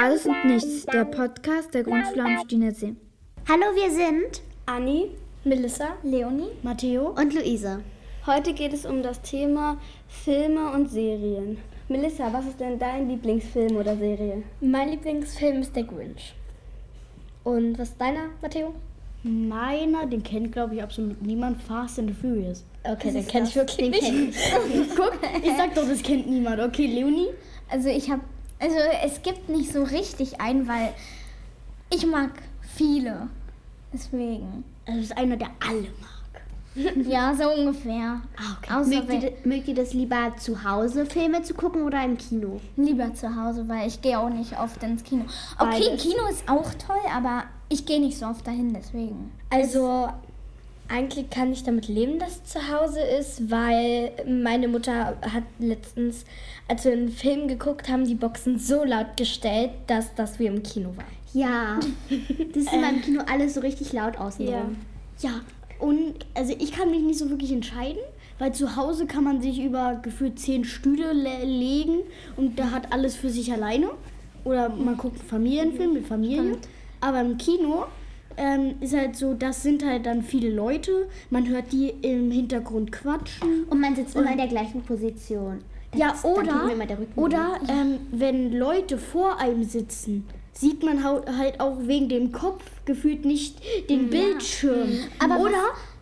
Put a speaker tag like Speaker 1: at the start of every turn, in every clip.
Speaker 1: Alles und nichts, der Podcast der Grundschule am Stienersee.
Speaker 2: Hallo, wir sind
Speaker 3: Anni, Melissa
Speaker 2: Leonie, Matteo und Luise.
Speaker 3: heute geht es um das Thema Filme und Serien. Melissa, was ist denn dein Lieblingsfilm oder Serie?
Speaker 4: Mein Lieblingsfilm ist der Grinch. Und was ist deiner, Matteo?
Speaker 5: Meiner, den kennt glaube ich absolut niemand. Fast and Furious.
Speaker 4: Okay, den kenne ich wirklich nicht.
Speaker 5: Ich sag doch, das kennt niemand. Okay, Leonie?
Speaker 2: Also ich habe, also es gibt nicht so richtig einen, weil ich mag viele. Deswegen.
Speaker 5: Das ist einer, der alle mag.
Speaker 2: Ja, so ungefähr.
Speaker 4: Ah,
Speaker 2: Außer
Speaker 6: Ah, Mögt
Speaker 2: wenn-
Speaker 6: ihr, mögt ihr das lieber zu Hause Filme zu gucken oder im Kino?
Speaker 2: lieber zu Hause, weil ich gehe auch nicht oft ins Kino. Okay, Kino ist auch toll, aber ich gehe nicht so oft dahin, deswegen.
Speaker 4: Also eigentlich kann ich damit leben, dass es zu Hause ist, weil meine Mutter hat letztens, als wir einen Film geguckt haben, die Boxen so laut gestellt, dass, dass wir im Kino waren.
Speaker 6: Ja, das ist
Speaker 4: Ähm.
Speaker 6: immer im Kino alles so richtig laut außen drin.
Speaker 5: Ja, und also ich kann mich nicht so wirklich entscheiden, weil zu Hause kann man sich über gefühlt zehn Stühle le legen und da hat alles für sich alleine. Oder man guckt einen Familienfilm mit Familie. Aber im Kino ähm, ist halt so, das sind halt dann viele Leute. Man hört die im Hintergrund quatschen.
Speaker 6: Und man sitzt immer in der gleichen Position. Dann
Speaker 5: Ja,
Speaker 6: ist- dann tut
Speaker 5: oder,
Speaker 6: mir immer der Rücken weh.
Speaker 5: oder ähm, wenn Leute vor einem sitzen, sieht man hau- halt auch wegen dem Kopf gefühlt nicht den Bildschirm.
Speaker 2: Aber
Speaker 5: oder,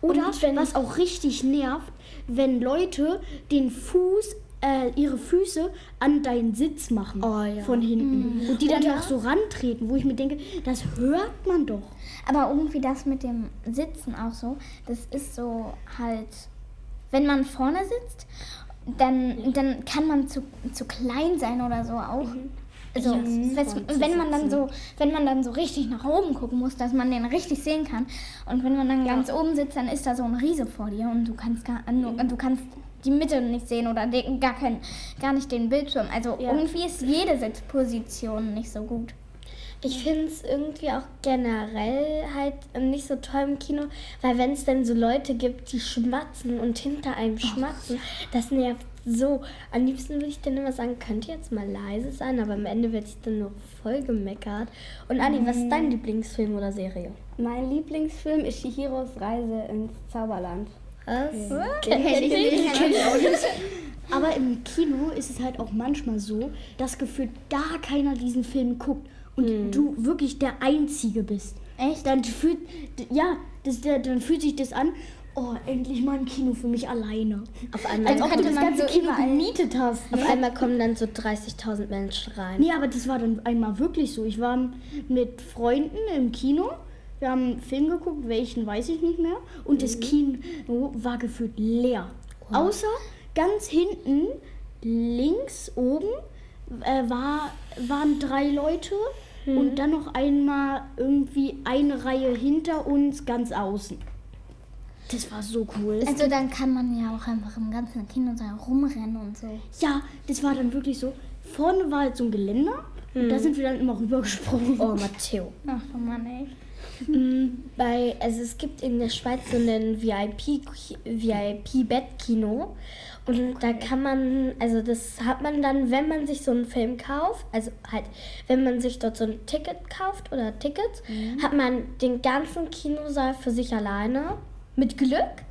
Speaker 5: oder
Speaker 4: und wenn-
Speaker 5: was auch richtig nervt, wenn Leute den Fuß, äh, ihre Füße an deinen Sitz machen von hinten und die dann noch so rantreten, wo ich mir denke, das hört man doch.
Speaker 2: Aber irgendwie das mit dem Sitzen auch so, das ist so halt, wenn man vorne sitzt, dann, dann kann man zu, zu klein sein oder so auch. Also, wenn, wenn man dann so, wenn man dann so richtig nach oben gucken muss, dass man den richtig sehen kann. Und wenn man dann ganz oben sitzt, dann ist da so ein Riese vor dir und du kannst gar, nur- du kannst die Mitte nicht sehen oder den, gar keinen, gar nicht den Bildschirm. Also irgendwie ist jede Sitzposition nicht so gut.
Speaker 4: Ich finde es irgendwie auch generell halt nicht so toll im Kino, weil wenn es dann so Leute gibt, die schmatzen und hinter einem schmatzen, das nervt so. Am liebsten würde ich dann immer sagen, könnt ihr jetzt mal leise sein, aber am Ende wird sich dann noch voll gemeckert. Und Anni, was ist dein Lieblingsfilm oder Serie?
Speaker 3: Mm. Mein Lieblingsfilm ist Shihiros Reise ins Zauberland.
Speaker 5: Aber im Kino ist es halt auch manchmal so, dass gefühlt gar keiner diesen Film guckt und du wirklich der Einzige bist.
Speaker 2: Echt?
Speaker 5: Dann fühlt, ja, das, dann fühlt sich das an, oh, endlich mal ein Kino für mich alleine.
Speaker 4: Auf einmal,
Speaker 5: Als ob du
Speaker 2: könnte
Speaker 5: das
Speaker 2: man
Speaker 5: ganze
Speaker 2: so
Speaker 5: Kino
Speaker 2: überall-
Speaker 5: gemietet hast.
Speaker 4: auf einmal kommen dann so 30.000 Menschen rein.
Speaker 5: Nee, aber das war dann einmal wirklich so. Ich war mit Freunden im Kino. Wir haben einen Film geguckt, welchen weiß ich nicht mehr. Und das Kino war gefühlt leer. Außer ganz hinten, links oben, äh, war, waren drei Leute. Und dann noch einmal irgendwie eine Reihe hinter uns, ganz außen. Das war so cool.
Speaker 2: Also dann kann man ja auch einfach im ganzen Kino da rumrennen und so.
Speaker 5: Ja, das war dann wirklich so. Vorne war halt so ein Geländer. Und da sind wir dann immer rübergesprungen.
Speaker 4: Oh, Matteo.
Speaker 2: Ach Mann, ey.
Speaker 4: Bei, also es gibt in der Schweiz so ein VIP-Bettkino. Und da kann man, also das hat man dann, wenn man sich so einen Film kauft, also halt, wenn man sich dort so ein Ticket kauft oder Tickets,
Speaker 5: Mhm.
Speaker 4: hat man den ganzen Kinosaal für sich alleine. Mit Glück.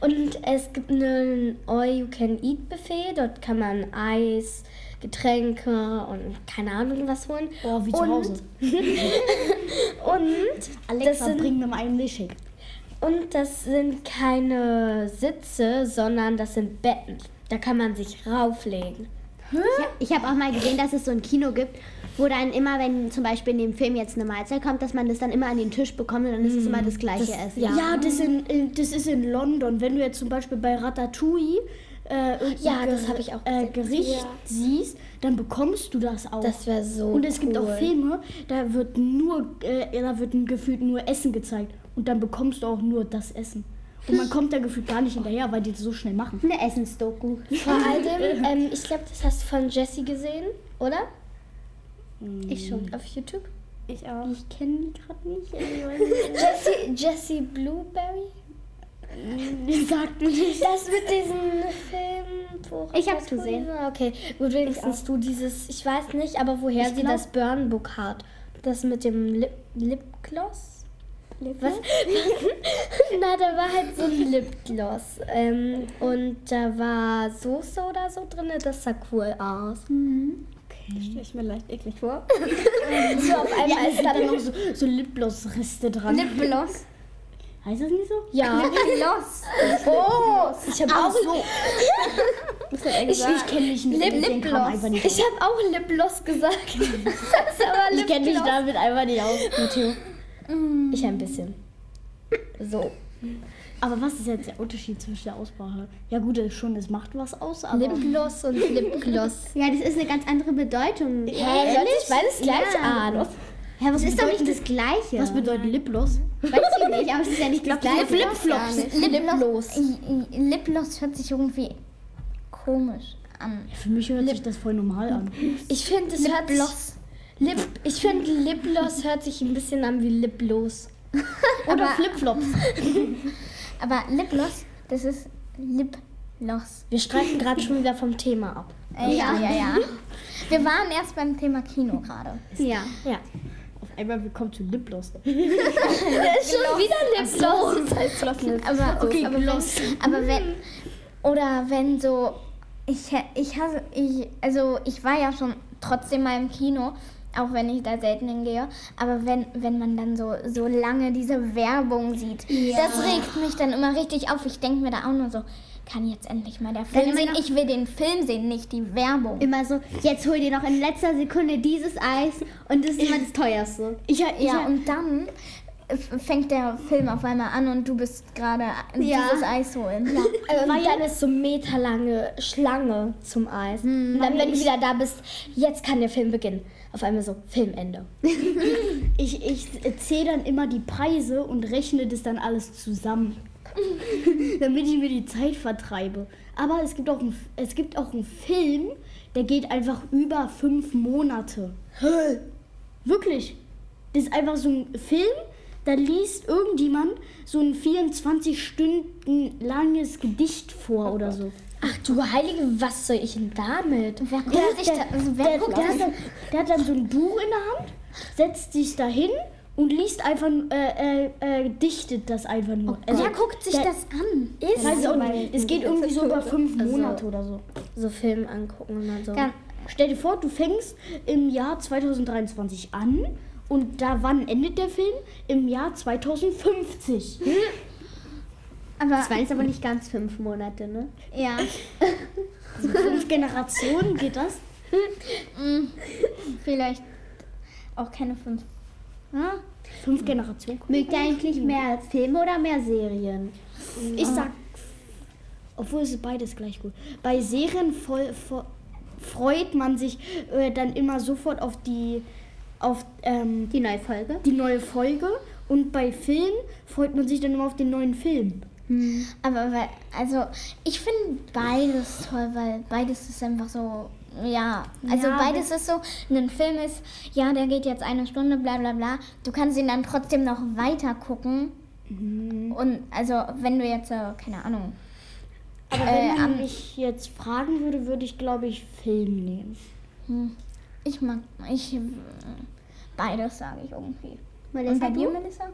Speaker 4: Und es gibt einen All-You-Can-Eat-Buffet. Dort kann man Eis, Getränke und keine Ahnung was holen.
Speaker 5: Oh, wie zu
Speaker 4: und,
Speaker 5: Hause.
Speaker 4: Und das
Speaker 5: Alexa,
Speaker 4: sind
Speaker 5: bring mir mal einen Milchshake.
Speaker 4: Und das sind keine Sitze, sondern das sind Betten. Da kann man sich rauflegen.
Speaker 6: Ich habe auch mal gesehen, dass es so ein Kino gibt, wo dann immer, wenn zum Beispiel in dem Film jetzt eine Mahlzeit kommt, dass man das dann immer an den Tisch bekommt und dann ist es
Speaker 4: Mm,
Speaker 6: immer das gleiche Essen.
Speaker 5: Ja, das, in, in, das ist in London. Wenn du jetzt zum Beispiel bei Ratatouille äh, irgendein
Speaker 4: Ja, das
Speaker 5: Ger-
Speaker 4: hab ich auch
Speaker 5: äh,
Speaker 4: gesehen.
Speaker 5: Gericht siehst, dann bekommst du das auch.
Speaker 4: Das wäre so.
Speaker 5: und es gibt auch
Speaker 4: cool.
Speaker 5: Filme, da wird nur, äh, da wird gefühlt nur Essen gezeigt. Und dann bekommst du auch nur das Essen. Und
Speaker 6: Hm.
Speaker 5: man kommt da gefühlt gar nicht hinterher, weil die das so schnell machen.
Speaker 6: Eine Essensdoku.
Speaker 4: Vor allem, ähm, ich glaube, das hast du von Jessie gesehen, oder?
Speaker 6: Mm.
Speaker 4: Ich schon. Auf YouTube?
Speaker 3: Ich auch.
Speaker 5: äh,
Speaker 4: Jessie, Jessie Blueberry?
Speaker 5: Sagt mir nicht.
Speaker 4: Das mit diesem Film, wo
Speaker 6: Ich hab's
Speaker 4: Robert
Speaker 6: gesehen.
Speaker 4: Downey- Okay, gut, wenigstens du dieses, ich weiß nicht, aber woher sie das Burnbook hat. Das mit dem Lip Lipgloss? Was? Na, da war halt so ein Lipgloss. Ähm, und da war Soße oder so drin, das sah cool aus.
Speaker 2: Mhm.
Speaker 3: Stelle ich mir leicht eklig vor.
Speaker 4: So, auf einmal ist da
Speaker 5: Noch so, so Lipgloss-Reste dran.
Speaker 2: Lipgloss.
Speaker 5: heißt das nicht so?
Speaker 4: Ja,
Speaker 2: Gloss.
Speaker 4: oh, ich habe auch
Speaker 3: Muss halt ehrlich
Speaker 5: Ich, ich kenne mich nicht.
Speaker 4: Lip
Speaker 5: mit dem Kram
Speaker 4: Lipgloss.
Speaker 5: einfach nicht.
Speaker 4: Ich habe auch Lipgloss gesagt. das ist aber
Speaker 5: Ich kenne mich
Speaker 4: Lipgloss.
Speaker 5: damit einfach nicht aus. Matteo.
Speaker 4: Ich ein bisschen. So.
Speaker 5: Aber was ist jetzt der Unterschied zwischen der Aussprache? Ja gut, das schon, es macht was aus, aber...
Speaker 4: Lipgloss und Lipgloss.
Speaker 6: Ja, das ist eine ganz andere Bedeutung.
Speaker 4: Hä, hey, hört sich beides gleich an.
Speaker 6: Ja, was das ist doch nicht das Gleiche.
Speaker 5: was bedeutet Lipgloss?
Speaker 6: Weiß ich nicht, aber es ist ja nicht das Gleiche.
Speaker 4: Flipflops. Lipgloss.
Speaker 2: Lipgloss hört sich irgendwie komisch an.
Speaker 5: Für mich hört sich das voll normal an.
Speaker 4: Ich finde, es hört sich... Lip, ich finde, Lipgloss hört sich ein bisschen an wie Lipgloss.
Speaker 5: Oder Flipflops.
Speaker 2: Aber Lipgloss, das ist Lipgloss.
Speaker 4: Wir streichen gerade schon wieder vom Thema ab.
Speaker 2: Äh, ja, ja, ja. Wir waren erst beim Thema Kino gerade.
Speaker 6: Ja.
Speaker 4: Ja.
Speaker 5: Auf einmal, wir kommen zu Lipgloss.
Speaker 4: Ist schon wieder Lipgloss.
Speaker 2: Aber, okay, aber, wenn, aber wenn oder wenn so ich hä- ich hasse ich also ich war ja schon trotzdem mal im Kino, auch wenn ich da selten hingehe, aber wenn wenn man dann so so lange diese Werbung sieht, das regt mich dann immer richtig auf. Ich denke mir da auch nur so kann jetzt endlich mal der Film
Speaker 6: immer
Speaker 2: sehen.
Speaker 6: noch-
Speaker 2: Ich will den Film sehen, nicht die Werbung.
Speaker 6: Immer so, jetzt hol dir noch in letzter Sekunde dieses Eis und das ist immer das teuerste.
Speaker 5: Ich, ich,
Speaker 2: Ja, und dann f- fängt der Film auf einmal an und du bist gerade
Speaker 6: Ja.
Speaker 2: dieses Eis holen.
Speaker 4: Und Ähm, dann ist so meterlange Schlange zum Eis.
Speaker 6: Hm,
Speaker 4: Und dann, wenn du wieder da bist, jetzt kann der Film beginnen. Auf einmal so, Filmende.
Speaker 5: ich, ich zähle dann immer die Preise und rechne das dann alles zusammen. Damit ich mir die Zeit vertreibe. Aber es gibt, auch einen, es gibt auch einen Film, der geht einfach über fünf Monate. Wirklich. Das ist einfach so ein Film, da liest irgendjemand so ein 24 Stunden langes Gedicht vor oder so.
Speaker 4: Ach du Heilige, was soll ich denn damit?
Speaker 2: Wer guckt sich da, also wer guckt
Speaker 5: Der hat, dann, der hat dann so ein Buch in der Hand, setzt sich dahin und liest einfach, äh, äh, äh, dichtet das einfach nur. Also,
Speaker 2: Wer guckt sich
Speaker 5: der-
Speaker 2: das an?
Speaker 5: ich weiß auch nicht. Es geht irgendwie so über fünf Monate oder so.
Speaker 4: So Film angucken und dann so.
Speaker 2: Ganz-
Speaker 5: Stell dir vor, du fängst im Jahr 2023 an und da wann endet der Film? Im Jahr 2050.
Speaker 2: Aber
Speaker 6: Das waren jetzt aber nicht ganz fünf Monate, ne?
Speaker 2: ja,
Speaker 5: Fünf Generationen geht das?
Speaker 2: vielleicht auch keine fünf.
Speaker 5: Fünf Generationen.
Speaker 6: Mögt ihr eigentlich mehr Filme oder mehr Serien?
Speaker 5: Ich
Speaker 6: Ah.
Speaker 5: sag, obwohl es ist beides gleich gut. Bei Serien voll, voll, freut man sich äh, dann immer sofort auf die auf ähm,
Speaker 6: Die neue Folge?
Speaker 5: die neue Folge und bei Film freut man sich dann immer auf den neuen Film.
Speaker 2: Aber weil, also ich finde beides toll, weil beides ist einfach so, ja, also
Speaker 5: Ja,
Speaker 2: beides ist so, ein Film ist, ja, der geht jetzt eine Stunde, bla bla bla. Du kannst ihn dann trotzdem noch weiter gucken.
Speaker 6: Mhm.
Speaker 2: Und also wenn du jetzt, äh, keine Ahnung,
Speaker 5: Aber
Speaker 2: Äh,
Speaker 5: wenn
Speaker 2: am-
Speaker 5: man mich jetzt fragen würde, würde ich glaube ich Film nehmen.
Speaker 2: hm, ich mag, ich, äh, beides sage ich irgendwie.
Speaker 6: Melissa,
Speaker 2: Und bei dir,
Speaker 6: du?
Speaker 2: Melissa?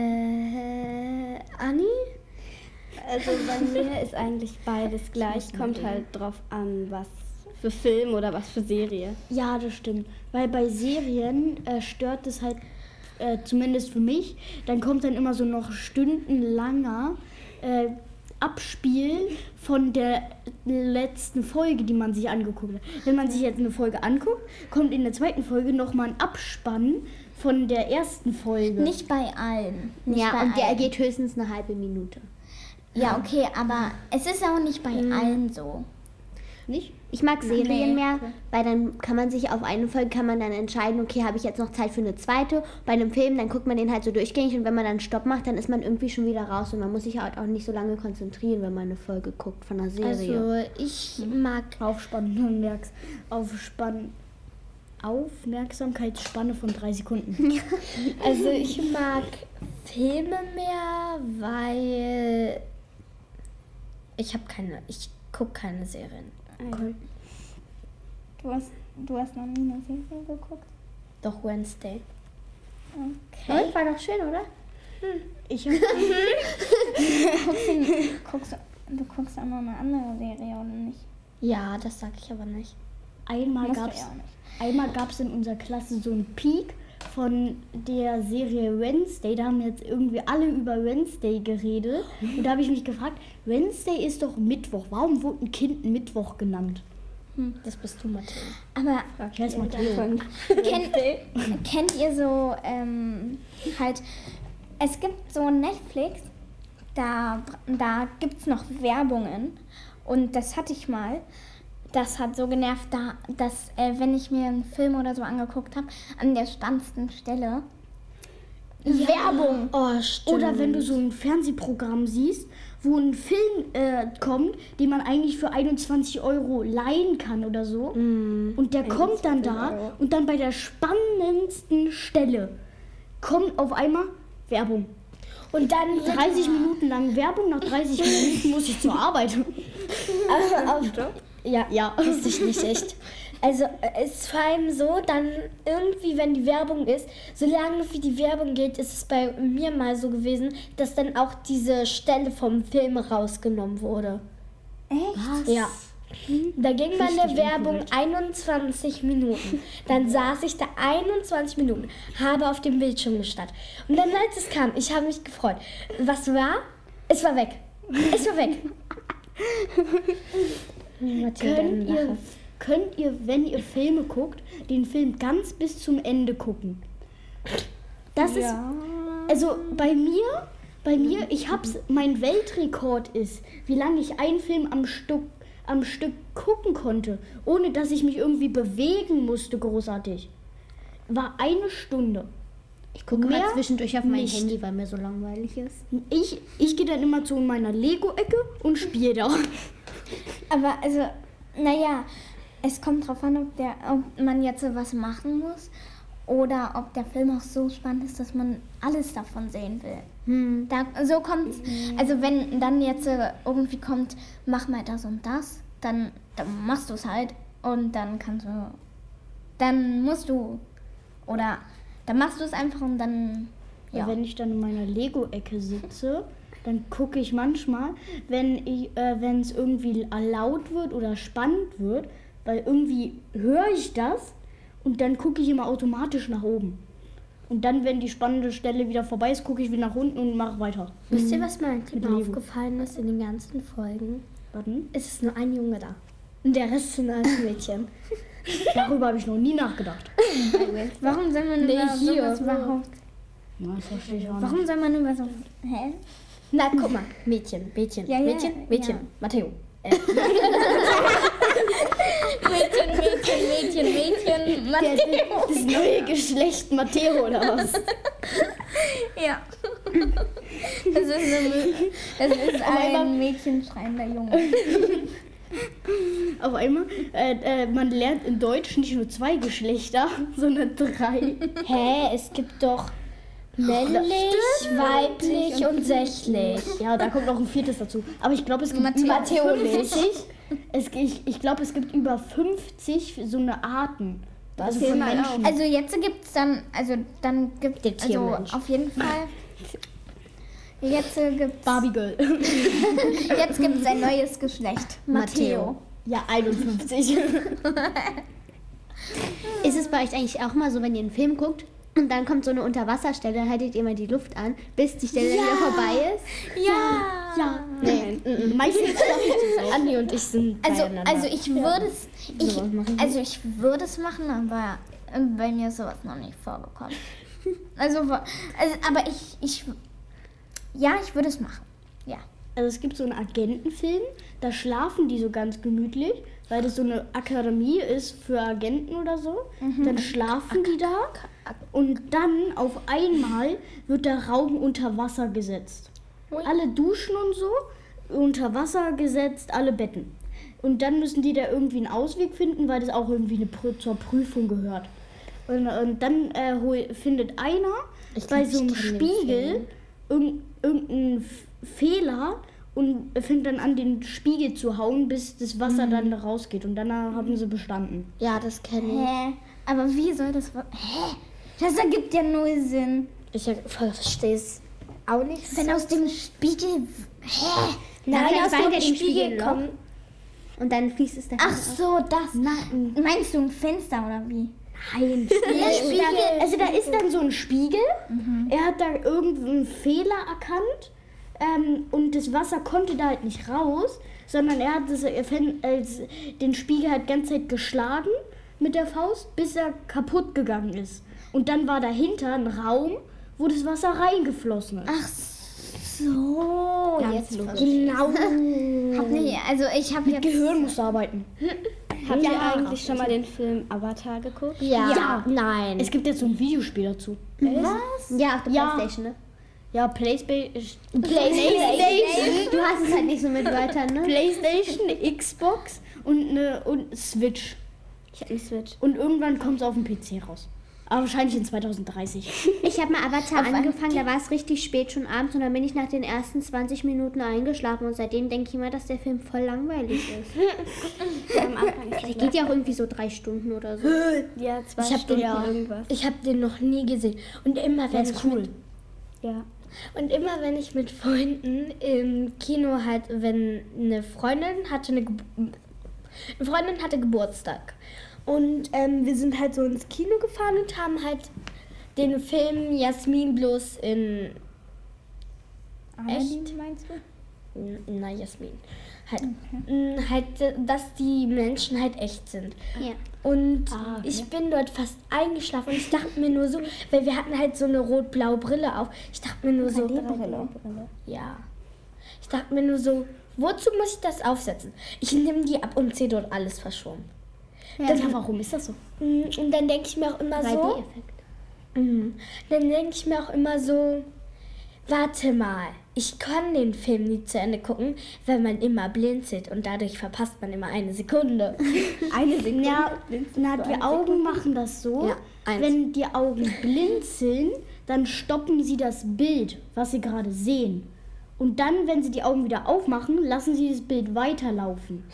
Speaker 4: Äh, Anni?
Speaker 3: Also bei mir ist eigentlich beides gleich. Kommt halt drauf an, was für Film oder was für Serie.
Speaker 5: Ja, das stimmt. Weil bei Serien äh, stört es halt, äh, zumindest für mich, dann kommt dann immer so noch stundenlanger äh, Abspiel von der letzten Folge, die man sich angeguckt hat. Wenn man sich jetzt eine Folge anguckt, kommt in der zweiten Folge nochmal ein Abspann von der ersten Folge.
Speaker 2: Nicht bei allen. Nicht
Speaker 6: Ja,
Speaker 2: bei
Speaker 6: und der
Speaker 2: allen.
Speaker 6: geht höchstens eine halbe Minute.
Speaker 2: Ja, okay, aber es ist auch nicht bei allen so.
Speaker 5: Nicht?
Speaker 6: Ich mag Serien
Speaker 2: Nee.
Speaker 6: mehr, weil dann kann man sich auf eine Folge kann man dann entscheiden, okay, habe ich jetzt noch Zeit für eine zweite. Bei einem Film, dann guckt man den halt so durchgängig und wenn man dann Stopp macht, dann ist man irgendwie schon wieder raus und man muss sich halt auch nicht so lange konzentrieren, wenn man eine Folge guckt von einer Serie.
Speaker 4: Also, ich
Speaker 5: Mhm.
Speaker 4: mag.
Speaker 5: Aufspannen, merkst. Aufspannen. Aufmerksamkeitsspanne von drei Sekunden.
Speaker 4: Also, ich mag Filme mehr, weil ich habe keine, ich gucke keine Serien.
Speaker 2: Du hast, du hast noch nie eine Serie geguckt?
Speaker 4: Doch Wednesday.
Speaker 2: Okay.
Speaker 4: War doch schön, oder?
Speaker 5: Ich hab,
Speaker 2: Guckst, du- du guckst auch noch eine andere Serie oder nicht?
Speaker 4: Ja, das sag ich aber nicht.
Speaker 5: einmal
Speaker 2: Musst du
Speaker 5: gab's
Speaker 2: ja auch nicht.
Speaker 5: einmal gab's in unserer Klasse so einen Peak von der Serie Wednesday. Da haben jetzt irgendwie alle über Wednesday geredet. Und da habe ich mich gefragt, Wednesday ist doch Mittwoch. Warum wurde ein Kind Mittwoch genannt?
Speaker 4: Das bist du, Mathilde.
Speaker 2: Aber
Speaker 5: Ich heiße Matteo.
Speaker 3: Von
Speaker 2: kennt, kennt ihr so ähm, halt, es gibt so Netflix, da, da gibt es noch Werbungen und das hatte ich mal. Das hat so genervt, da, dass äh, wenn ich mir einen Film oder so angeguckt habe, an der spannendsten Stelle Werbung.
Speaker 4: Oh, stimmt.
Speaker 5: Oder wenn du so ein Fernsehprogramm siehst, wo ein Film äh, kommt, den man eigentlich für 21 Euro leihen kann oder so. Und der kommt dann da und dann bei der spannendsten Stelle kommt auf einmal Werbung.
Speaker 4: und dann
Speaker 5: 30 Minuten lang Werbung, nach 30 Minuten muss ich zur Arbeit.
Speaker 4: Ja, ja. Wusste ich nicht echt. Also äh, es ist vor allem so, dann irgendwie, wenn die Werbung ist, solange wie die Werbung geht, ist es bei mir mal so gewesen, dass dann auch diese Stelle vom Film rausgenommen wurde. Echt? Ja. Da ging bei der Werbung 21 Minuten. Dann saß ich da 21 Minuten, habe auf dem Bildschirm gestarrt. Und dann, als es kam, ich habe mich gefreut. Was war? Es war weg. Es war weg.
Speaker 5: Könnt ihr, könnt ihr, wenn ihr Filme guckt, den Film ganz bis zum Ende gucken? Das ist. Also bei mir, bei mir, ich hab's, mein Weltrekord ist, wie lange ich einen Film am Stück, am Stück gucken konnte, ohne dass ich mich irgendwie bewegen musste, großartig. War eine Stunde.
Speaker 6: Ich gucke mal
Speaker 5: Mehr
Speaker 6: zwischendurch auf mein
Speaker 5: nicht.
Speaker 6: Handy, weil mir so langweilig ist.
Speaker 5: Ich, ich gehe dann immer zu meiner Lego-Ecke und spiele da.
Speaker 2: Aber also, naja, es kommt drauf an, ob, der, ob man jetzt was machen muss oder ob der Film auch so spannend ist, dass man alles davon sehen will. Da, so kommt, also wenn dann jetzt äh, irgendwie kommt, mach mal das und das, dann, dann machst du es halt und dann kannst du, dann musst du oder dann machst du es einfach und dann, ja.
Speaker 5: Wenn ich dann in meiner Lego-Ecke sitze, dann gucke ich manchmal, wenn ich, äh, wenn es irgendwie laut wird oder spannend wird, weil irgendwie höre ich das und dann gucke ich immer automatisch nach oben. Und dann, wenn die spannende Stelle wieder vorbei ist, gucke ich wieder nach unten und mache weiter.
Speaker 4: Wisst
Speaker 6: Hm.
Speaker 4: ihr, was mir eigentlich mal
Speaker 5: Lego.
Speaker 4: aufgefallen ist in den ganzen Folgen?
Speaker 5: Warten.
Speaker 4: Es ist nur ein Junge da. Und der Rest sind alles Mädchen.
Speaker 5: Darüber habe ich noch nie nachgedacht.
Speaker 2: Warum soll man über sowas überhaupt,
Speaker 5: Na, das verstehe ich auch nicht.
Speaker 2: warum soll man über so, hä?
Speaker 4: Na, guck mal. Mädchen, Mädchen,
Speaker 2: Ja, ja,
Speaker 4: Mädchen, Mädchen.
Speaker 2: ja.
Speaker 4: Matteo.
Speaker 2: Mädchen, Mädchen, Mädchen, Mädchen, Matteo.
Speaker 5: Das neue Geschlecht Matteo oder was?
Speaker 2: Ja. Das ist, eine, das ist
Speaker 4: Oh
Speaker 2: ein mädchenschreiender Junge.
Speaker 5: Auf einmal, äh, äh, man lernt in Deutsch nicht nur zwei Geschlechter, sondern drei.
Speaker 4: Hä, es gibt doch männlich, weiblich und sächlich.
Speaker 5: Ja, da kommt noch ein viertes dazu. Aber ich glaube, es gibt
Speaker 2: Matteo.
Speaker 5: über
Speaker 4: Matteo nicht.
Speaker 5: 50. Es, ich ich glaube, es gibt über 50 so eine Arten. Also von Menschen.
Speaker 2: Also jetzt gibt es dann, also dann gibt es, also
Speaker 4: Tiermensch.
Speaker 2: auf jeden Fall, jetzt gibt es
Speaker 5: Barbie Girl.
Speaker 2: jetzt gibt's ein neues Geschlecht. Matteo.
Speaker 5: Ja, 51.
Speaker 6: Ist es bei euch eigentlich auch mal so, wenn ihr einen Film guckt und dann kommt so eine Unterwasserstelle, dann haltet ihr mal die Luft an, bis die Stelle dann wieder vorbei ist?
Speaker 2: Ja.
Speaker 5: Meistens glaub ich,
Speaker 4: Mhm. Andi und ich sind
Speaker 2: Also,
Speaker 4: beieinander.
Speaker 2: also ich würde es, ich, also ich würde es machen, aber äh, bei mir ist sowas noch nicht vorgekommen. Also, wo- also aber ich, ich, ja, ich würde es machen. Ja.
Speaker 5: Also es gibt so einen Agentenfilm, da schlafen die so ganz gemütlich, weil das so eine Akademie ist für Agenten oder so.
Speaker 4: Mhm.
Speaker 5: Dann schlafen die da und dann auf einmal wird der Raum unter Wasser gesetzt. Alle duschen und so, unter Wasser gesetzt, alle Betten. Und dann müssen die da irgendwie einen Ausweg finden, weil das auch irgendwie eine, Prü- zur Prüfung gehört. Und, und dann äh, hol, findet einer bei so einem Spiegel irg irgendeinen F- Fehler und fängt dann an, den Spiegel zu hauen, bis das Wasser dann rausgeht. Und danach haben sie bestanden.
Speaker 4: Ja, das kenne
Speaker 2: Hä? Aber wie soll das. wo- Hä? Das ergibt ja null Sinn.
Speaker 4: ich. Ich verstehe es auch nicht. so.
Speaker 2: Wenn aus dem Spiegel. Hä?
Speaker 4: Nein,
Speaker 6: Nein,
Speaker 4: aus
Speaker 6: weil
Speaker 4: dem
Speaker 6: der
Speaker 4: Spiegel
Speaker 6: Spiegelloch-
Speaker 4: kommt.
Speaker 6: Und dann fließt es dahin.
Speaker 2: Ach so, das. Meinst du ein Fenster oder wie?
Speaker 5: Ja, da, also da ist dann so ein Spiegel. Er hat da irgendeinen Fehler erkannt. Ähm, und das Wasser konnte da halt nicht raus, sondern er hat das, er fänd, als, den Spiegel halt ganze Zeit geschlagen mit der Faust, bis er kaputt gegangen ist. Und dann war dahinter ein Raum, wo das Wasser reingeflossen ist.
Speaker 2: Ach so. jetzt
Speaker 4: Genau.
Speaker 2: hab nicht, also ich habe jetzt.
Speaker 5: Gehirn muss arbeiten.
Speaker 3: Habt ihr eigentlich schon mal den Film Avatar geguckt?
Speaker 4: ja. Nein.
Speaker 5: Es gibt jetzt so ein Videospiel dazu.
Speaker 6: Ja, auf der
Speaker 5: Ja.
Speaker 6: Playstation, ne?
Speaker 5: Ja, PlayStation,
Speaker 6: Du hast es halt nicht so mit Wörtern, ne?
Speaker 5: PlayStation Xbox und, ne, und Switch.
Speaker 3: Ich habe eine Switch.
Speaker 5: Und irgendwann kommt es auf dem PC raus. Aber wahrscheinlich in 2030.
Speaker 6: Ich habe mal Avatar angefangen, da war es richtig spät schon abends und dann bin ich nach den ersten 20 Minuten eingeschlafen und seitdem denke ich immer, dass der Film voll langweilig ist. Also,
Speaker 3: Am Anfang ist
Speaker 6: Der geht ja auch irgendwie so drei Stunden oder so.
Speaker 3: ja zwei
Speaker 4: Ich hab den
Speaker 3: Stunden
Speaker 4: ja.
Speaker 3: irgendwas.
Speaker 4: Ich habe den noch nie gesehen. Und immer wenn ich mit,
Speaker 3: Ja.
Speaker 4: und immer wenn ich mit Freunden im Kino halt, wenn eine Freundin hatte eine, Geb- eine Freundin hatte Geburtstag und ähm, wir sind halt so ins Kino gefahren und haben halt den Film Jasmin bloß in
Speaker 2: Echt? Meinst du?
Speaker 4: N- Na, Jasmin. Halt, m, halt, äh, dass die Menschen halt echt sind.
Speaker 6: Ja.
Speaker 4: Und ich bin dort fast eingeschlafen und ich dachte mir nur so, weil wir hatten halt so eine rot-blaue Brille auf. Ich dachte mir nur so. Ja. Ich dachte mir nur so, wozu muss ich das aufsetzen? Ich nehme die ab und sehe dort alles verschwommen.
Speaker 5: Ja, warum ist das so?
Speaker 4: Mm, Und dann denke ich mir auch immer so.
Speaker 6: 3D-Effekt.
Speaker 4: Mhm. Dann denke ich mir auch immer so, warte mal, ich kann den Film nie zu Ende gucken, weil man immer blinzelt und dadurch verpasst man immer eine Sekunde.
Speaker 3: Eine Sekunde.
Speaker 5: Ja, na, die Augen machen das so.
Speaker 4: Ja, eins.
Speaker 5: wenn die Augen blinzeln, dann stoppen sie das Bild, was sie gerade sehen. Und dann, wenn sie die Augen wieder aufmachen, lassen sie das Bild weiterlaufen.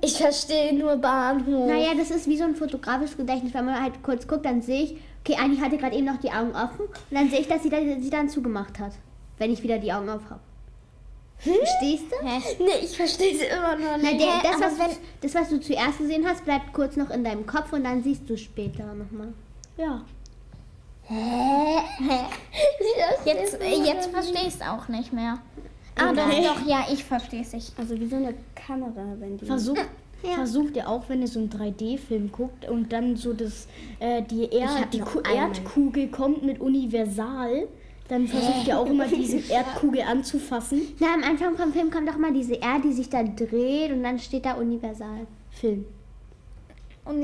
Speaker 4: Ich verstehe nur Bahnhof.
Speaker 6: Naja, das ist wie so ein fotografisches Gedächtnis. Wenn man halt kurz guckt, dann sehe ich, okay, Anni hatte gerade eben noch die Augen offen und dann sehe ich, dass sie da- sie dann zugemacht hat, wenn ich wieder die Augen auf habe. Verstehst du?
Speaker 4: Nee, ich verstehe es immer noch
Speaker 6: Na,
Speaker 4: nicht.
Speaker 6: der, das, was, das, was du zuerst gesehen hast, bleibt kurz noch in deinem Kopf und dann siehst du später nochmal.
Speaker 5: Ja.
Speaker 2: Jetzt, äh, jetzt verstehe ich es auch nicht mehr. Ah, doch, doch, ja, ich verstehe es nicht.
Speaker 3: Also wie so eine Kamera, wenn die.
Speaker 5: Versucht,
Speaker 6: Ah,
Speaker 5: versucht ihr auch, wenn ihr so einen 3D-Film guckt und dann so das, äh, die, Erd, die Ku- Erdkugel kommt mit Universal, dann versucht ihr auch immer, diese Erdkugel anzufassen.
Speaker 6: Na, am Anfang vom Film kommt doch mal diese R, die sich da dreht und dann steht da Universal.
Speaker 5: Film.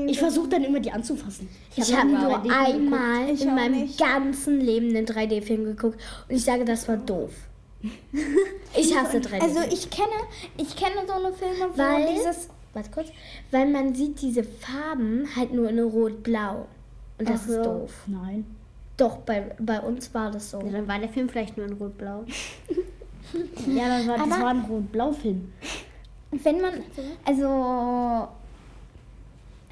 Speaker 5: Ich versuche dann immer, die anzufassen.
Speaker 4: Ich habe nur einmal in meinem ganzen Leben einen 3D-Film geguckt und ich sage, das war doof. Ich hasse 3D.
Speaker 2: Also ich kenne, ich kenne so eine Filme, wo
Speaker 4: Weil-
Speaker 2: dieses.
Speaker 4: Warte kurz. Weil man sieht diese Farben halt nur in Rot-Blau. Und das ist doof.
Speaker 5: Nein.
Speaker 4: Doch, bei, bei uns war das so.
Speaker 6: Ja, dann war der Film vielleicht nur in Rot-Blau.
Speaker 5: Ja, das war, das
Speaker 2: Aber-
Speaker 5: war ein Rot-Blau-Film.
Speaker 2: Wenn man. Also.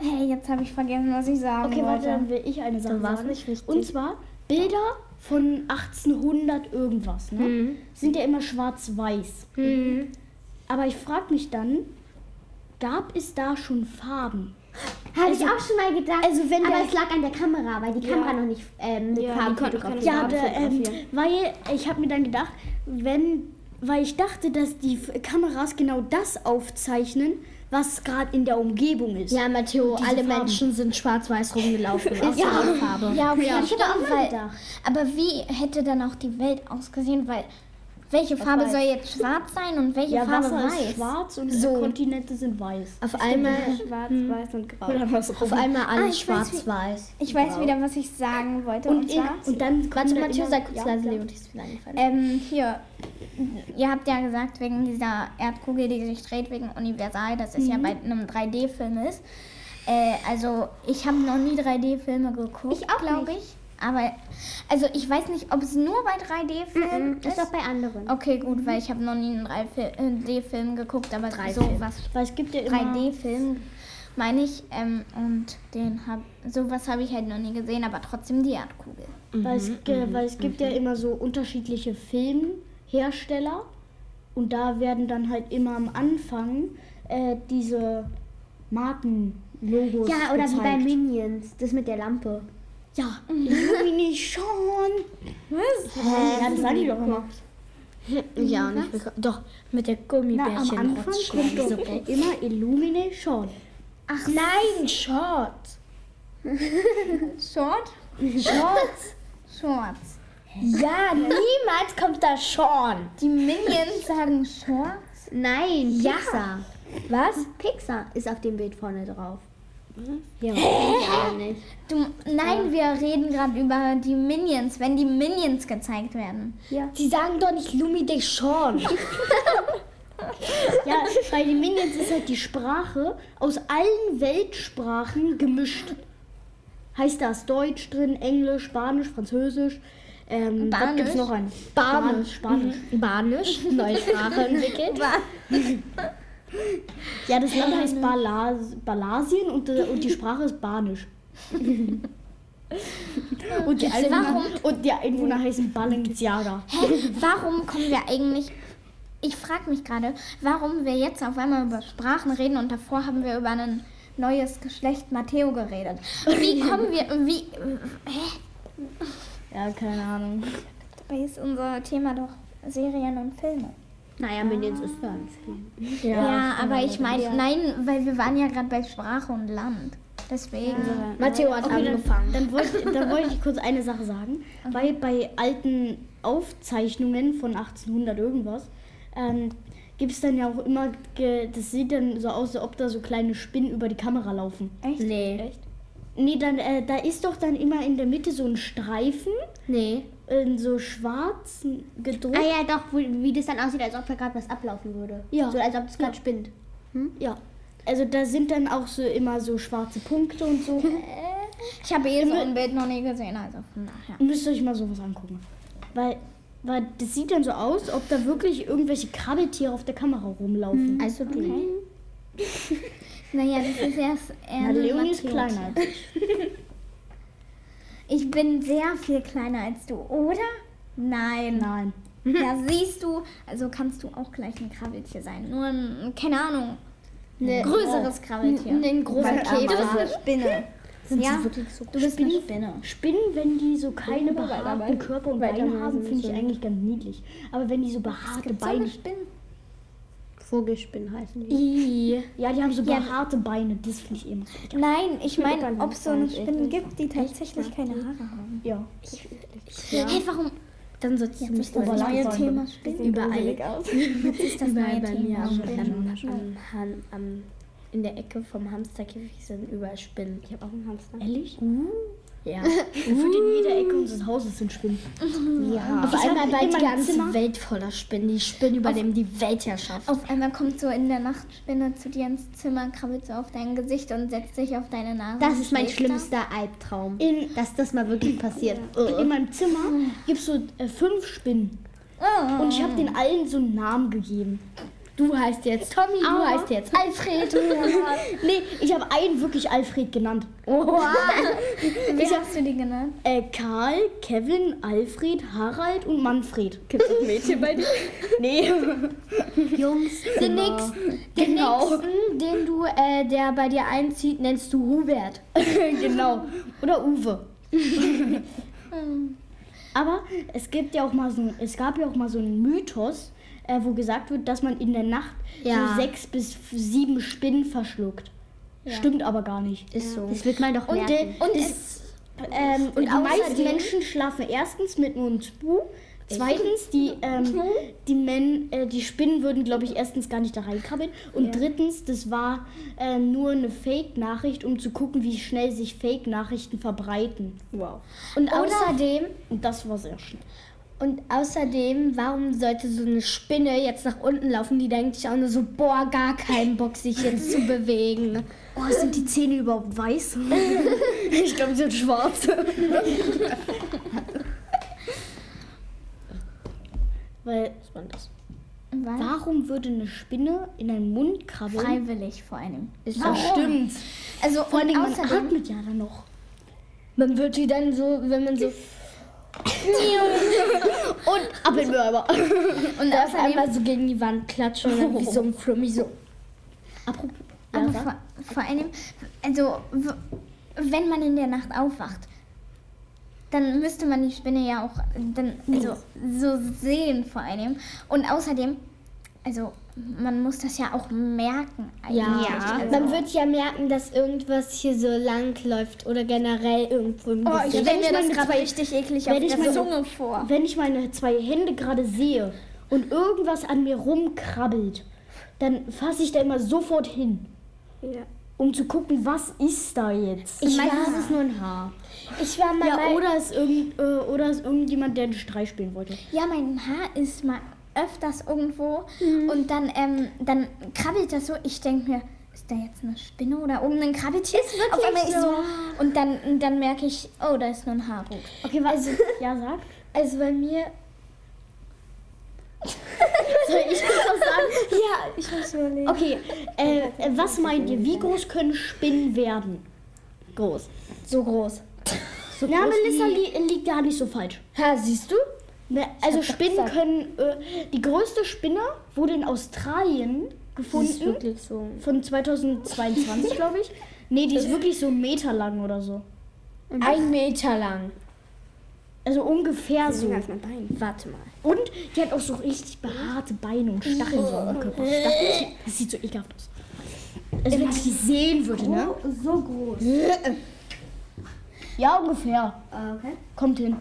Speaker 2: Hey, jetzt habe ich vergessen, was ich sagen
Speaker 5: Okay, warte,
Speaker 2: wollte.
Speaker 5: dann will ich eine Sache
Speaker 4: war's
Speaker 5: sagen.
Speaker 4: nicht richtig.
Speaker 5: Und zwar Bilder von 1800 irgendwas, ne? Sind ja immer schwarz-weiß. Aber ich frage mich dann, gab es da schon Farben?
Speaker 6: Habe ich auch schon mal gedacht.
Speaker 5: Also wenn
Speaker 6: aber
Speaker 5: der-
Speaker 6: es lag an der Kamera, weil die Kamera noch nicht ähm, mit
Speaker 3: Ja, die
Speaker 6: Farben
Speaker 3: konnten noch keine
Speaker 6: fotografiert
Speaker 5: Ja,
Speaker 3: Farben
Speaker 5: da, ähm,
Speaker 3: fotografieren.
Speaker 5: weil ich habe mir dann gedacht, wenn, weil ich dachte, dass die F- Kameras genau das aufzeichnen, was gerade in der Umgebung ist.
Speaker 4: Ja, Matteo,
Speaker 5: Diese
Speaker 4: alle
Speaker 5: Farben.
Speaker 4: Menschen sind schwarz-weiß rumgelaufen. Aus ja. Farbe.
Speaker 2: Ja, okay, ja.
Speaker 5: hab auch mal
Speaker 2: weil,
Speaker 5: gedacht.
Speaker 2: aber wie hätte dann auch die Welt ausgesehen? Weil welche Farbe soll jetzt schwarz sein und welche
Speaker 5: Ja,
Speaker 2: Farbe
Speaker 5: Wasser ist
Speaker 2: weiß?
Speaker 5: schwarz und
Speaker 4: So.
Speaker 5: Kontinente sind weiß.
Speaker 4: Auf einmal,
Speaker 3: Schwarz, weiß und grau.
Speaker 5: Oder was
Speaker 4: auf einmal
Speaker 2: Ah,
Speaker 4: alles
Speaker 2: ich weiß, wie-
Speaker 4: schwarz-weiß.
Speaker 2: Ich weiß wieder, was ich sagen wollte. Und,
Speaker 5: Und, in,
Speaker 2: zwar,
Speaker 5: und dann kommt
Speaker 4: Warte,
Speaker 5: dann
Speaker 4: Matteo,
Speaker 5: immer-
Speaker 4: sei kurz
Speaker 5: ja,
Speaker 4: leise,
Speaker 5: ja.
Speaker 4: Leo, die ist wieder eingefallen.
Speaker 2: ähm, hier, ihr habt ja gesagt, wegen dieser Erdkugel, die sich dreht, wegen Universal, das ist ja bei einem 3D-Film ist. Äh, also, ich habe noch nie 3D-Filme geguckt, glaube ich. Aber also ich weiß nicht, ob es nur bei 3D-Filmen
Speaker 6: Mhm,
Speaker 2: ist.
Speaker 6: Ist auch bei anderen.
Speaker 2: Okay, gut, weil ich habe noch nie einen 3D-Film geguckt, aber so was
Speaker 5: Weil es gibt ja immer
Speaker 2: 3D-Film meine ich ähm, und den hab sowas habe ich halt noch nie gesehen, aber trotzdem die Erdkugel.
Speaker 5: Weil es, ge- weil es gibt ja immer so unterschiedliche Filmhersteller und da werden dann halt immer am Anfang äh, diese Markenlogos
Speaker 6: Ja, oder wie bei
Speaker 5: gezeigt.
Speaker 6: Minions, das mit der Lampe.
Speaker 5: Ja, Lumini schon. Was? Ja, das sag ich doch immer.
Speaker 4: Ja, und ich bekomme, doch, mit der Gummibärchen Oh,
Speaker 5: am Anfang kommt doch immer Illumine schon.
Speaker 4: Ach nein, Short.
Speaker 2: Short?
Speaker 4: Shorts.
Speaker 2: Shorts.
Speaker 4: ja, niemals kommt da Sean.
Speaker 2: Die Minions sagen Shorts?
Speaker 6: Nein, Pixar.
Speaker 4: Was?
Speaker 6: Pixar ist auf dem Bild vorne drauf.
Speaker 5: Mhm.
Speaker 2: Du, nein, wir reden gerade über die Minions, wenn die Minions gezeigt werden.
Speaker 4: Die sagen doch nicht Lumi de Sean.
Speaker 5: Ja, bei den Minions ist halt die Sprache aus allen Weltsprachen gemischt. Heißt da ist Deutsch drin, Englisch, Spanisch, Französisch. Ähm, was gibt's
Speaker 2: Banisch?
Speaker 5: noch ein?
Speaker 4: Banisch.
Speaker 5: Spanisch.
Speaker 4: Banisch, neue Sprache entwickelt.
Speaker 6: Mhm.
Speaker 5: Ja, das Land heißt Balas Balasien und, äh, und die Sprache ist Banisch. und, die Einwohner, und die Einwohner heißen Balenciaga.
Speaker 2: Hä, warum kommen wir eigentlich. Ich frage mich gerade, warum wir jetzt auf einmal über Sprachen reden und davor haben wir über ein neues Geschlecht Matteo geredet. Wie kommen wir. Wie. Hä?
Speaker 5: Ja, keine Ahnung.
Speaker 2: Dabei ist unser Thema doch Serien und Filme.
Speaker 6: Naja, Minions ist da ein Film.
Speaker 2: Ja, aber ich meine, nein, weil wir waren ja gerade bei Sprache und Land. Deswegen.
Speaker 4: Matteo hat angefangen.
Speaker 5: Dann wollte, dann wollte ich kurz eine Sache sagen, weil bei alten Aufzeichnungen von 1800 irgendwas ähm, gibt es dann ja auch immer, ge- das sieht dann so aus, als ob da so kleine Spinnen über die Kamera laufen.
Speaker 2: Echt?
Speaker 4: Nee.
Speaker 5: Nee, dann, äh, da ist doch dann immer in der Mitte so ein Streifen,
Speaker 4: Nee.
Speaker 5: in so schwarz gedruckt.
Speaker 6: Ah ja, doch, wo, wie das dann aussieht, als ob da gerade was ablaufen würde.
Speaker 5: Ja.
Speaker 6: So als ob es gerade spinnt.
Speaker 5: Ja. Also da sind dann auch so immer so schwarze Punkte und so.
Speaker 2: Ich habe eh so ein Bild noch nie gesehen, also von daher.
Speaker 5: Müsst ihr euch mal sowas angucken. Weil, weil das sieht dann so aus, ob da wirklich irgendwelche Krabbeltiere auf der Kamera rumlaufen.
Speaker 4: Also du.
Speaker 2: Naja, das ist erst. eher
Speaker 5: Na,
Speaker 2: so
Speaker 5: Leonie ist
Speaker 2: Matteo.
Speaker 5: kleiner. als ich.
Speaker 2: Ich bin sehr viel kleiner als du, oder? Nein.
Speaker 5: Nein.
Speaker 2: Ja, siehst du, also kannst du auch gleich ein Krabbeltier sein. Nur ein, keine Ahnung, ein größeres Krabbeltier.
Speaker 4: Ein großer
Speaker 2: bist
Speaker 4: Käfer.
Speaker 2: eine Spinne. ja, du bist eine Spinne.
Speaker 5: Spinnen, wenn die so keine behaarten Körper und Beine haben, finde ich eigentlich ganz niedlich. Aber wenn die so behaarte
Speaker 2: So Ah, eine
Speaker 5: Beine.
Speaker 2: Spinne.
Speaker 6: Vogelspinnen heißen die.
Speaker 4: I.
Speaker 5: Ja, die haben so behaarte Beine. Das finde ich eben.
Speaker 2: Nein, ich meine, ob es so eine Spinne gibt, die tatsächlich keine Haare hat.
Speaker 5: Ja.
Speaker 2: Hey, warum?
Speaker 4: Dann sitzt du mich
Speaker 5: aber
Speaker 4: überall.
Speaker 5: lange-
Speaker 2: Neue
Speaker 5: Bäume.
Speaker 2: Thema Spinnen.
Speaker 4: Überall.
Speaker 2: Ist das
Speaker 4: Überall
Speaker 2: neue
Speaker 4: bei mir
Speaker 2: Thema?
Speaker 4: am, am, am, Han- am, in der Ecke vom Hamsterkäfig sind überall Spinnen.
Speaker 3: Ich habe auch einen Hamster.
Speaker 5: Ehrlich?
Speaker 4: Ja.
Speaker 5: Gefühlt in jeder Ecke unseres Hauses sind Spinnen.
Speaker 4: ja. Auf einmal war
Speaker 5: in
Speaker 4: die
Speaker 5: meinem
Speaker 4: ganze
Speaker 5: Zimmer-
Speaker 4: Welt voller Spinnen. Die Spinnen übernehmen die Weltherrschaft.
Speaker 2: Auf einmal kommt so in der Nacht Spinne zu dir ins Zimmer, krabbelt so auf dein Gesicht und setzt sich auf deine Nase.
Speaker 6: Das
Speaker 2: und
Speaker 6: ist mein
Speaker 2: schläft da.
Speaker 6: schlimmster Albtraum.
Speaker 5: In-
Speaker 6: dass das mal wirklich passiert.
Speaker 5: In meinem Zimmer gibt es so äh, fünf Spinnen.
Speaker 2: Oh.
Speaker 5: Und ich habe den allen so einen Namen gegeben.
Speaker 4: Du heißt jetzt Tommy, du heißt jetzt Alfred.
Speaker 5: Nee, ich habe einen wirklich Alfred genannt.
Speaker 2: Wie hast du die genannt?
Speaker 5: Äh, Karl, Kevin, Alfred, Harald und Manfred. Gibt es Mädchen bei dir? Nee.
Speaker 6: Jungs,
Speaker 4: Den nächsten, den, nächsten, den du, äh, der bei dir einzieht, nennst du Hubert.
Speaker 5: genau. Oder Uwe. Aber es gibt ja auch mal so, es gab ja auch mal so einen Mythos, äh, wo gesagt wird, dass man in der Nacht
Speaker 4: Ja.
Speaker 5: so sechs bis f- sieben Spinnen verschluckt. Stimmt aber gar nicht.
Speaker 4: Ist so.
Speaker 6: das wird man doch
Speaker 5: Und,
Speaker 6: merken.
Speaker 5: de- das- ähm, und die meisten Menschen schlafen erstens mit nur einem Spu. Zweitens, die, ähm, die, Men, äh, die Spinnen würden, glaube ich, erstens gar nicht da reinkrabbeln. Und drittens, das war äh, nur eine Fake-Nachricht, um zu gucken, wie schnell sich Fake-Nachrichten verbreiten. Wow.
Speaker 4: Und außerdem,
Speaker 5: Und das war sehr schnell.
Speaker 4: und außerdem, warum sollte so eine Spinne jetzt nach unten laufen? Die denkt sich auch nur so, boah, gar keinen Bock, sich jetzt zu bewegen.
Speaker 5: Oh, sind die Zähne überhaupt weiß?
Speaker 6: Ich glaube, sie sind schwarz.
Speaker 5: Weil
Speaker 4: Was war denn das?
Speaker 2: Weil
Speaker 5: warum würde eine Spinne in einen Mund krabbeln?
Speaker 2: freiwillig vor allem.
Speaker 5: Ist
Speaker 2: Warum?
Speaker 5: stimmt.
Speaker 2: Also
Speaker 5: Vor
Speaker 2: und
Speaker 5: allem, man
Speaker 2: außerdem
Speaker 5: atmet ja dann noch.
Speaker 4: Man wird die dann so, wenn man so
Speaker 5: Und Appelmörber.
Speaker 2: und außerdem
Speaker 4: einmal so gegen die Wand klatschen und dann wie so ein Flummi so.
Speaker 5: Apropos.
Speaker 2: Aber vor, vor allem, also w- wenn man in der Nacht aufwacht, dann müsste man die Spinne ja auch dann also, so sehen vor allem. Und außerdem, also man muss das ja auch merken eigentlich. Also,
Speaker 4: Man wird ja merken, dass irgendwas hier so lang läuft oder generell irgendwo im
Speaker 2: oh,
Speaker 4: Gesicht.
Speaker 2: ich
Speaker 5: wenn
Speaker 2: stelle
Speaker 5: ich
Speaker 2: mir das
Speaker 5: meine
Speaker 2: gerade richtig eklig auf
Speaker 5: wenn ich
Speaker 2: der
Speaker 5: meine-
Speaker 2: Zunge vor.
Speaker 5: Wenn ich meine zwei Hände gerade sehe und irgendwas an mir rumkrabbelt, dann fasse ich da immer sofort hin,
Speaker 3: Ja.
Speaker 5: um zu gucken, was ist da jetzt.
Speaker 4: Ich
Speaker 5: das
Speaker 4: war,
Speaker 5: ist nur ein Haar.
Speaker 4: ich war mal
Speaker 2: oh,
Speaker 5: Ja,
Speaker 4: bei-
Speaker 5: oder ist, irgend, äh, oder ist irgendjemand, der einen Streich spielen wollte.
Speaker 2: Ja, mein Haar ist mal öfters irgendwo und dann, ähm, dann krabbelt das so. Ich denke mir, ist da jetzt eine Spinne oder oben ein Krabbeltier? Auf einmal ist so. Und dann, dann merke ich, oh, da ist nur ein Haarwuchs.
Speaker 5: Okay, was? ja, sag.
Speaker 4: also bei mir,
Speaker 5: Soll ich kurz was sagen?
Speaker 2: Ja, ich muss überlegen.
Speaker 5: Okay, äh, äh, was meint ihr? Wie groß können Spinnen werden? Groß.
Speaker 4: so groß.
Speaker 5: Na, Melissa li liegt gar nicht so falsch.
Speaker 4: Ha, siehst du?
Speaker 5: Ne, also Spinnen können. Äh, die größte Spinne wurde in Australien
Speaker 4: Das ist
Speaker 5: gefunden.
Speaker 4: wirklich so.
Speaker 5: Von 2022, glaube ich. Nee, die ist wirklich so einen Meter lang oder so.
Speaker 4: Ein Meter lang.
Speaker 5: Also ungefähr so.
Speaker 3: Länger als mein Bein.
Speaker 4: Warte mal.
Speaker 5: Und die hat auch so richtig behaarte Beine und Stacheln so am Körper. Stacheln. Das sieht so ekelhaft aus. Also wenn ich die sehen würde, ne?
Speaker 3: So groß.
Speaker 5: Ja, ungefähr.
Speaker 3: Ah, Okay.
Speaker 5: Kommt hin.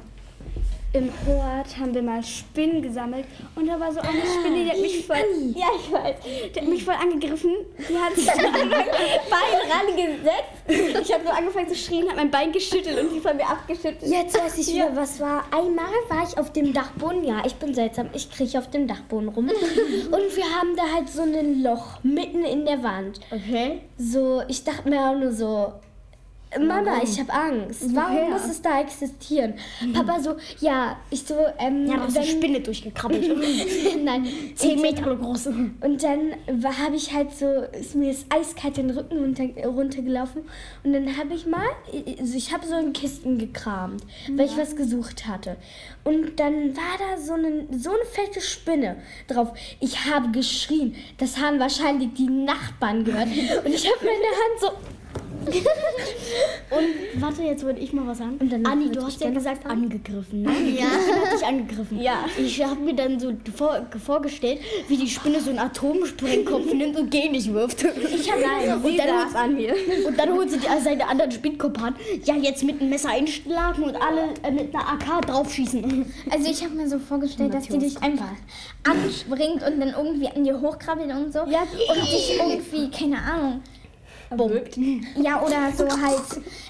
Speaker 3: Im Ort haben wir mal Spinnen gesammelt und da war so eine Spinne, die hat mich voll. Ja, ich weiß. Die hat mich voll angegriffen. Die hat sich an mein Bein rangesetzt. Ich habe nur angefangen zu schreien, hat mein Bein geschüttelt und die von mir abgeschüttelt.
Speaker 4: Jetzt weiß ich wieder, was war. Einmal war ich auf dem Dachboden. Ja, ich bin seltsam. Ich krieche auf dem Dachboden rum. Und wir haben da halt so ein Loch mitten in der Wand.
Speaker 5: Okay.
Speaker 4: So, ich dachte mir auch nur so, Mama, ich habe Angst. Warum muss es da existieren? Papa so, ja, ich so, ähm,
Speaker 5: Ja, da ist eine Spinne durchgekrabbelt.
Speaker 4: wenn, nein.
Speaker 5: Zehn Meter groß.
Speaker 4: Und dann habe ich halt so, ist mir ist eiskalt den Rücken runter, runtergelaufen. Und dann habe ich mal, also ich habe so in Kisten gekramt, weil ich was gesucht hatte. Und dann war da so eine, so eine fette Spinne drauf. Ich habe geschrien. Das haben wahrscheinlich die Nachbarn gehört. Und ich habe meine Hand so
Speaker 5: Und warte, jetzt wollte ich mal was sagen.
Speaker 4: Und danach
Speaker 5: Anni,
Speaker 4: wollte
Speaker 5: du
Speaker 4: ich
Speaker 5: hast ja
Speaker 4: gerne
Speaker 5: gesagt, angegriffen. Ne? Ja. hat dich angegriffen.
Speaker 3: Ja.
Speaker 5: Ich habe mir dann so vor, vorgestellt, wie die Spinne so einen Atomsprengkopf nimmt und gegen dich wirft.
Speaker 3: Ich habe Nein, sie
Speaker 5: Und dann
Speaker 3: saß an mir.
Speaker 5: Und dann holt sie die, also seine anderen Spinnkopfhahn. Ja, jetzt mit einem Messer einschlagen und alle äh, mit einer AK draufschießen.
Speaker 2: Also ich habe mir so vorgestellt, dass die dich einfach anspringt und dann irgendwie an dir hochkrabbelt und so.
Speaker 5: Ja.
Speaker 2: Und dich irgendwie, keine Ahnung. Ja, oder so halt.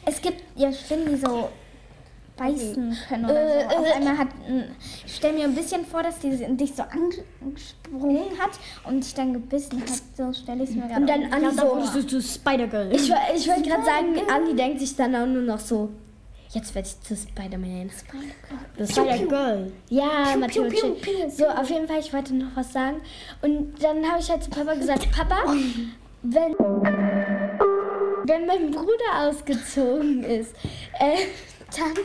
Speaker 2: Es gibt ja Spinnen, die so
Speaker 4: Äh,
Speaker 2: beißen können oder so. Auf einmal hat. ein- Ich stell mir ein bisschen vor, dass die dich so angesprungen hat und dich dann gebissen hat. So stelle ich es mir gerade
Speaker 4: Und dann
Speaker 2: vor.
Speaker 4: Anni
Speaker 2: Ja,
Speaker 4: so-
Speaker 2: davor.
Speaker 5: Bist du zu Spider-Girl?
Speaker 4: Ich, woll- ich wollte gerade sagen, Andi denkt sich dann auch nur noch so, jetzt werde ich zu Spider-Man.
Speaker 5: Spider-Girl.
Speaker 4: Ja, natürlich. So, auf jeden Fall, ich wollte noch was sagen. Und dann habe ich halt zu Papa gesagt, Papa, wenn, wenn mein Bruder ausgezogen ist, äh, dann,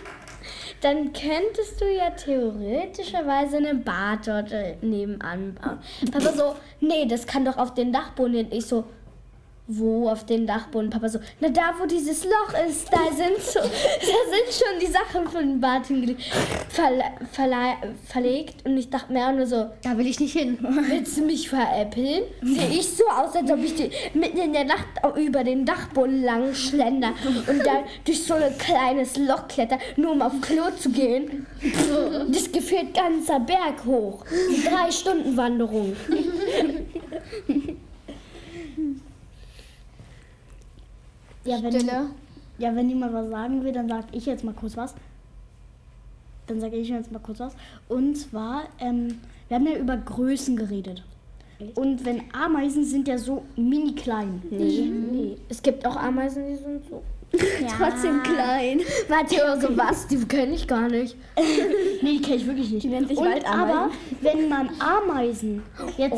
Speaker 4: dann könntest du ja theoretischerweise eine Bar dort äh, nebenan bauen. Papa so, nee, das kann doch auf den Dachboden. hin. Ich so, wo auf den Dachboden? Papa so, na da, wo dieses Loch ist, da sind, so, da sind schon die Sachen von den Bart hingelegt, verle verle verlegt. Und ich dachte mir auch nur so,
Speaker 6: Da will ich nicht hin.
Speaker 4: willst du mich veräppeln? Sehe ich so aus, als ob ich die, mitten in der Nacht au- über den Dachboden lang schlender und dann durch so ein kleines Loch kletter, nur um auf Klo zu gehen. Das gefällt ganzer Berg hoch. Drei Stunden Wanderung.
Speaker 5: Ja, wenn, ja, wenn jemand was sagen will, dann sag ich jetzt mal kurz was. Dann sage ich jetzt mal kurz was. Und zwar, ähm, wir haben ja über Größen geredet. Und wenn Ameisen sind ja so mini klein.
Speaker 4: Es gibt auch Ameisen, die sind so
Speaker 2: Ja.
Speaker 6: Trotzdem klein.
Speaker 4: Matteo, so also was, die kenne ich gar nicht.
Speaker 5: Nee, die kenne ich wirklich nicht. Die nennt sich Und, aber wenn man Ameisen jetzt,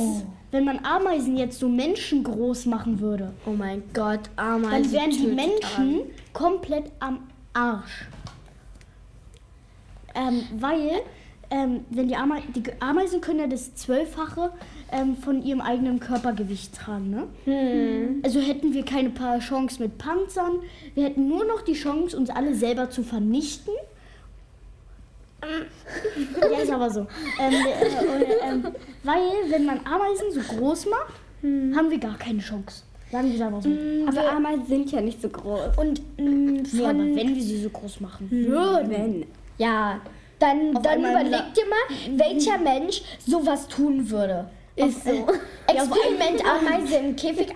Speaker 5: wenn man Ameisen jetzt so Menschen groß machen würde,
Speaker 4: Oh mein Gott,
Speaker 5: dann
Speaker 4: Ameisen.
Speaker 5: wären die
Speaker 4: tötet
Speaker 5: Menschen komplett am Arsch. Ähm, weil, ähm, wenn die, Ame die Ameisen können ja das Zwölffache ähm, von ihrem eigenen Körpergewicht tragen, ne? Also hätten wir keine paar Chance mit Panzern. Wir hätten nur noch die Chance, uns alle selber zu vernichten. ja, ist aber so. Ähm, äh, äh, ähm, weil, wenn man Ameisen so groß macht, haben wir gar keine Chance. Sagen wir es einfach so.
Speaker 3: Aber Ameisen sind ja nicht so groß.
Speaker 4: Und mh,
Speaker 5: Ja, aber
Speaker 4: von.
Speaker 5: wenn wir sie so groß machen.
Speaker 3: Würden.
Speaker 4: Ja, dann, dann
Speaker 5: einmal
Speaker 4: überleg dir mal, welcher Mensch sowas tun würde.
Speaker 5: Ist so.
Speaker 4: Experiment Ameise im Käfig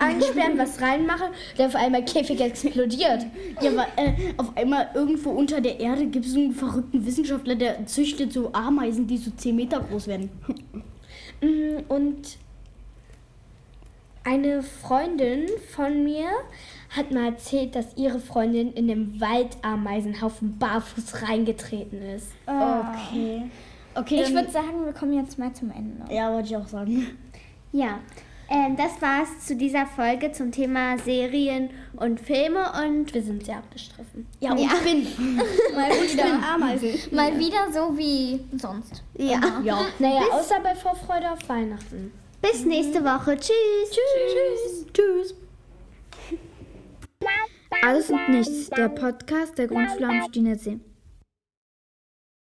Speaker 4: einsperren, was reinmachen, der auf einmal Käfig explodiert.
Speaker 5: Ja, aber äh, auf einmal irgendwo unter der Erde gibt es einen verrückten Wissenschaftler, der züchtet so Ameisen, die so 10 Meter groß werden.
Speaker 4: Mm, Und eine Freundin von mir hat mal erzählt, dass ihre Freundin in dem Waldameisenhaufen barfuß reingetreten ist.
Speaker 6: Ah.
Speaker 5: Okay. Okay,
Speaker 2: Äh, Ich
Speaker 5: dann,
Speaker 2: würde sagen, wir kommen jetzt mal zum Ende.
Speaker 5: ja, wollte ich auch sagen.
Speaker 6: Ja, ähm, das war's zu dieser Folge zum Thema Serien und Filme und
Speaker 4: Wir sind sehr abgestriffen.
Speaker 5: Ja, und
Speaker 6: Ja.
Speaker 5: Spinnen.
Speaker 2: Mal wieder,
Speaker 3: Ameisen.
Speaker 2: mal wieder so wie sonst.
Speaker 6: ja.
Speaker 5: Ja.
Speaker 4: Naja, außer bei Vorfreude auf Weihnachten.
Speaker 6: Bis nächste Woche. Tschüss. Tschüss. Tschüss.
Speaker 1: Alles und nichts, der Podcast der Grundschule am Stinersee.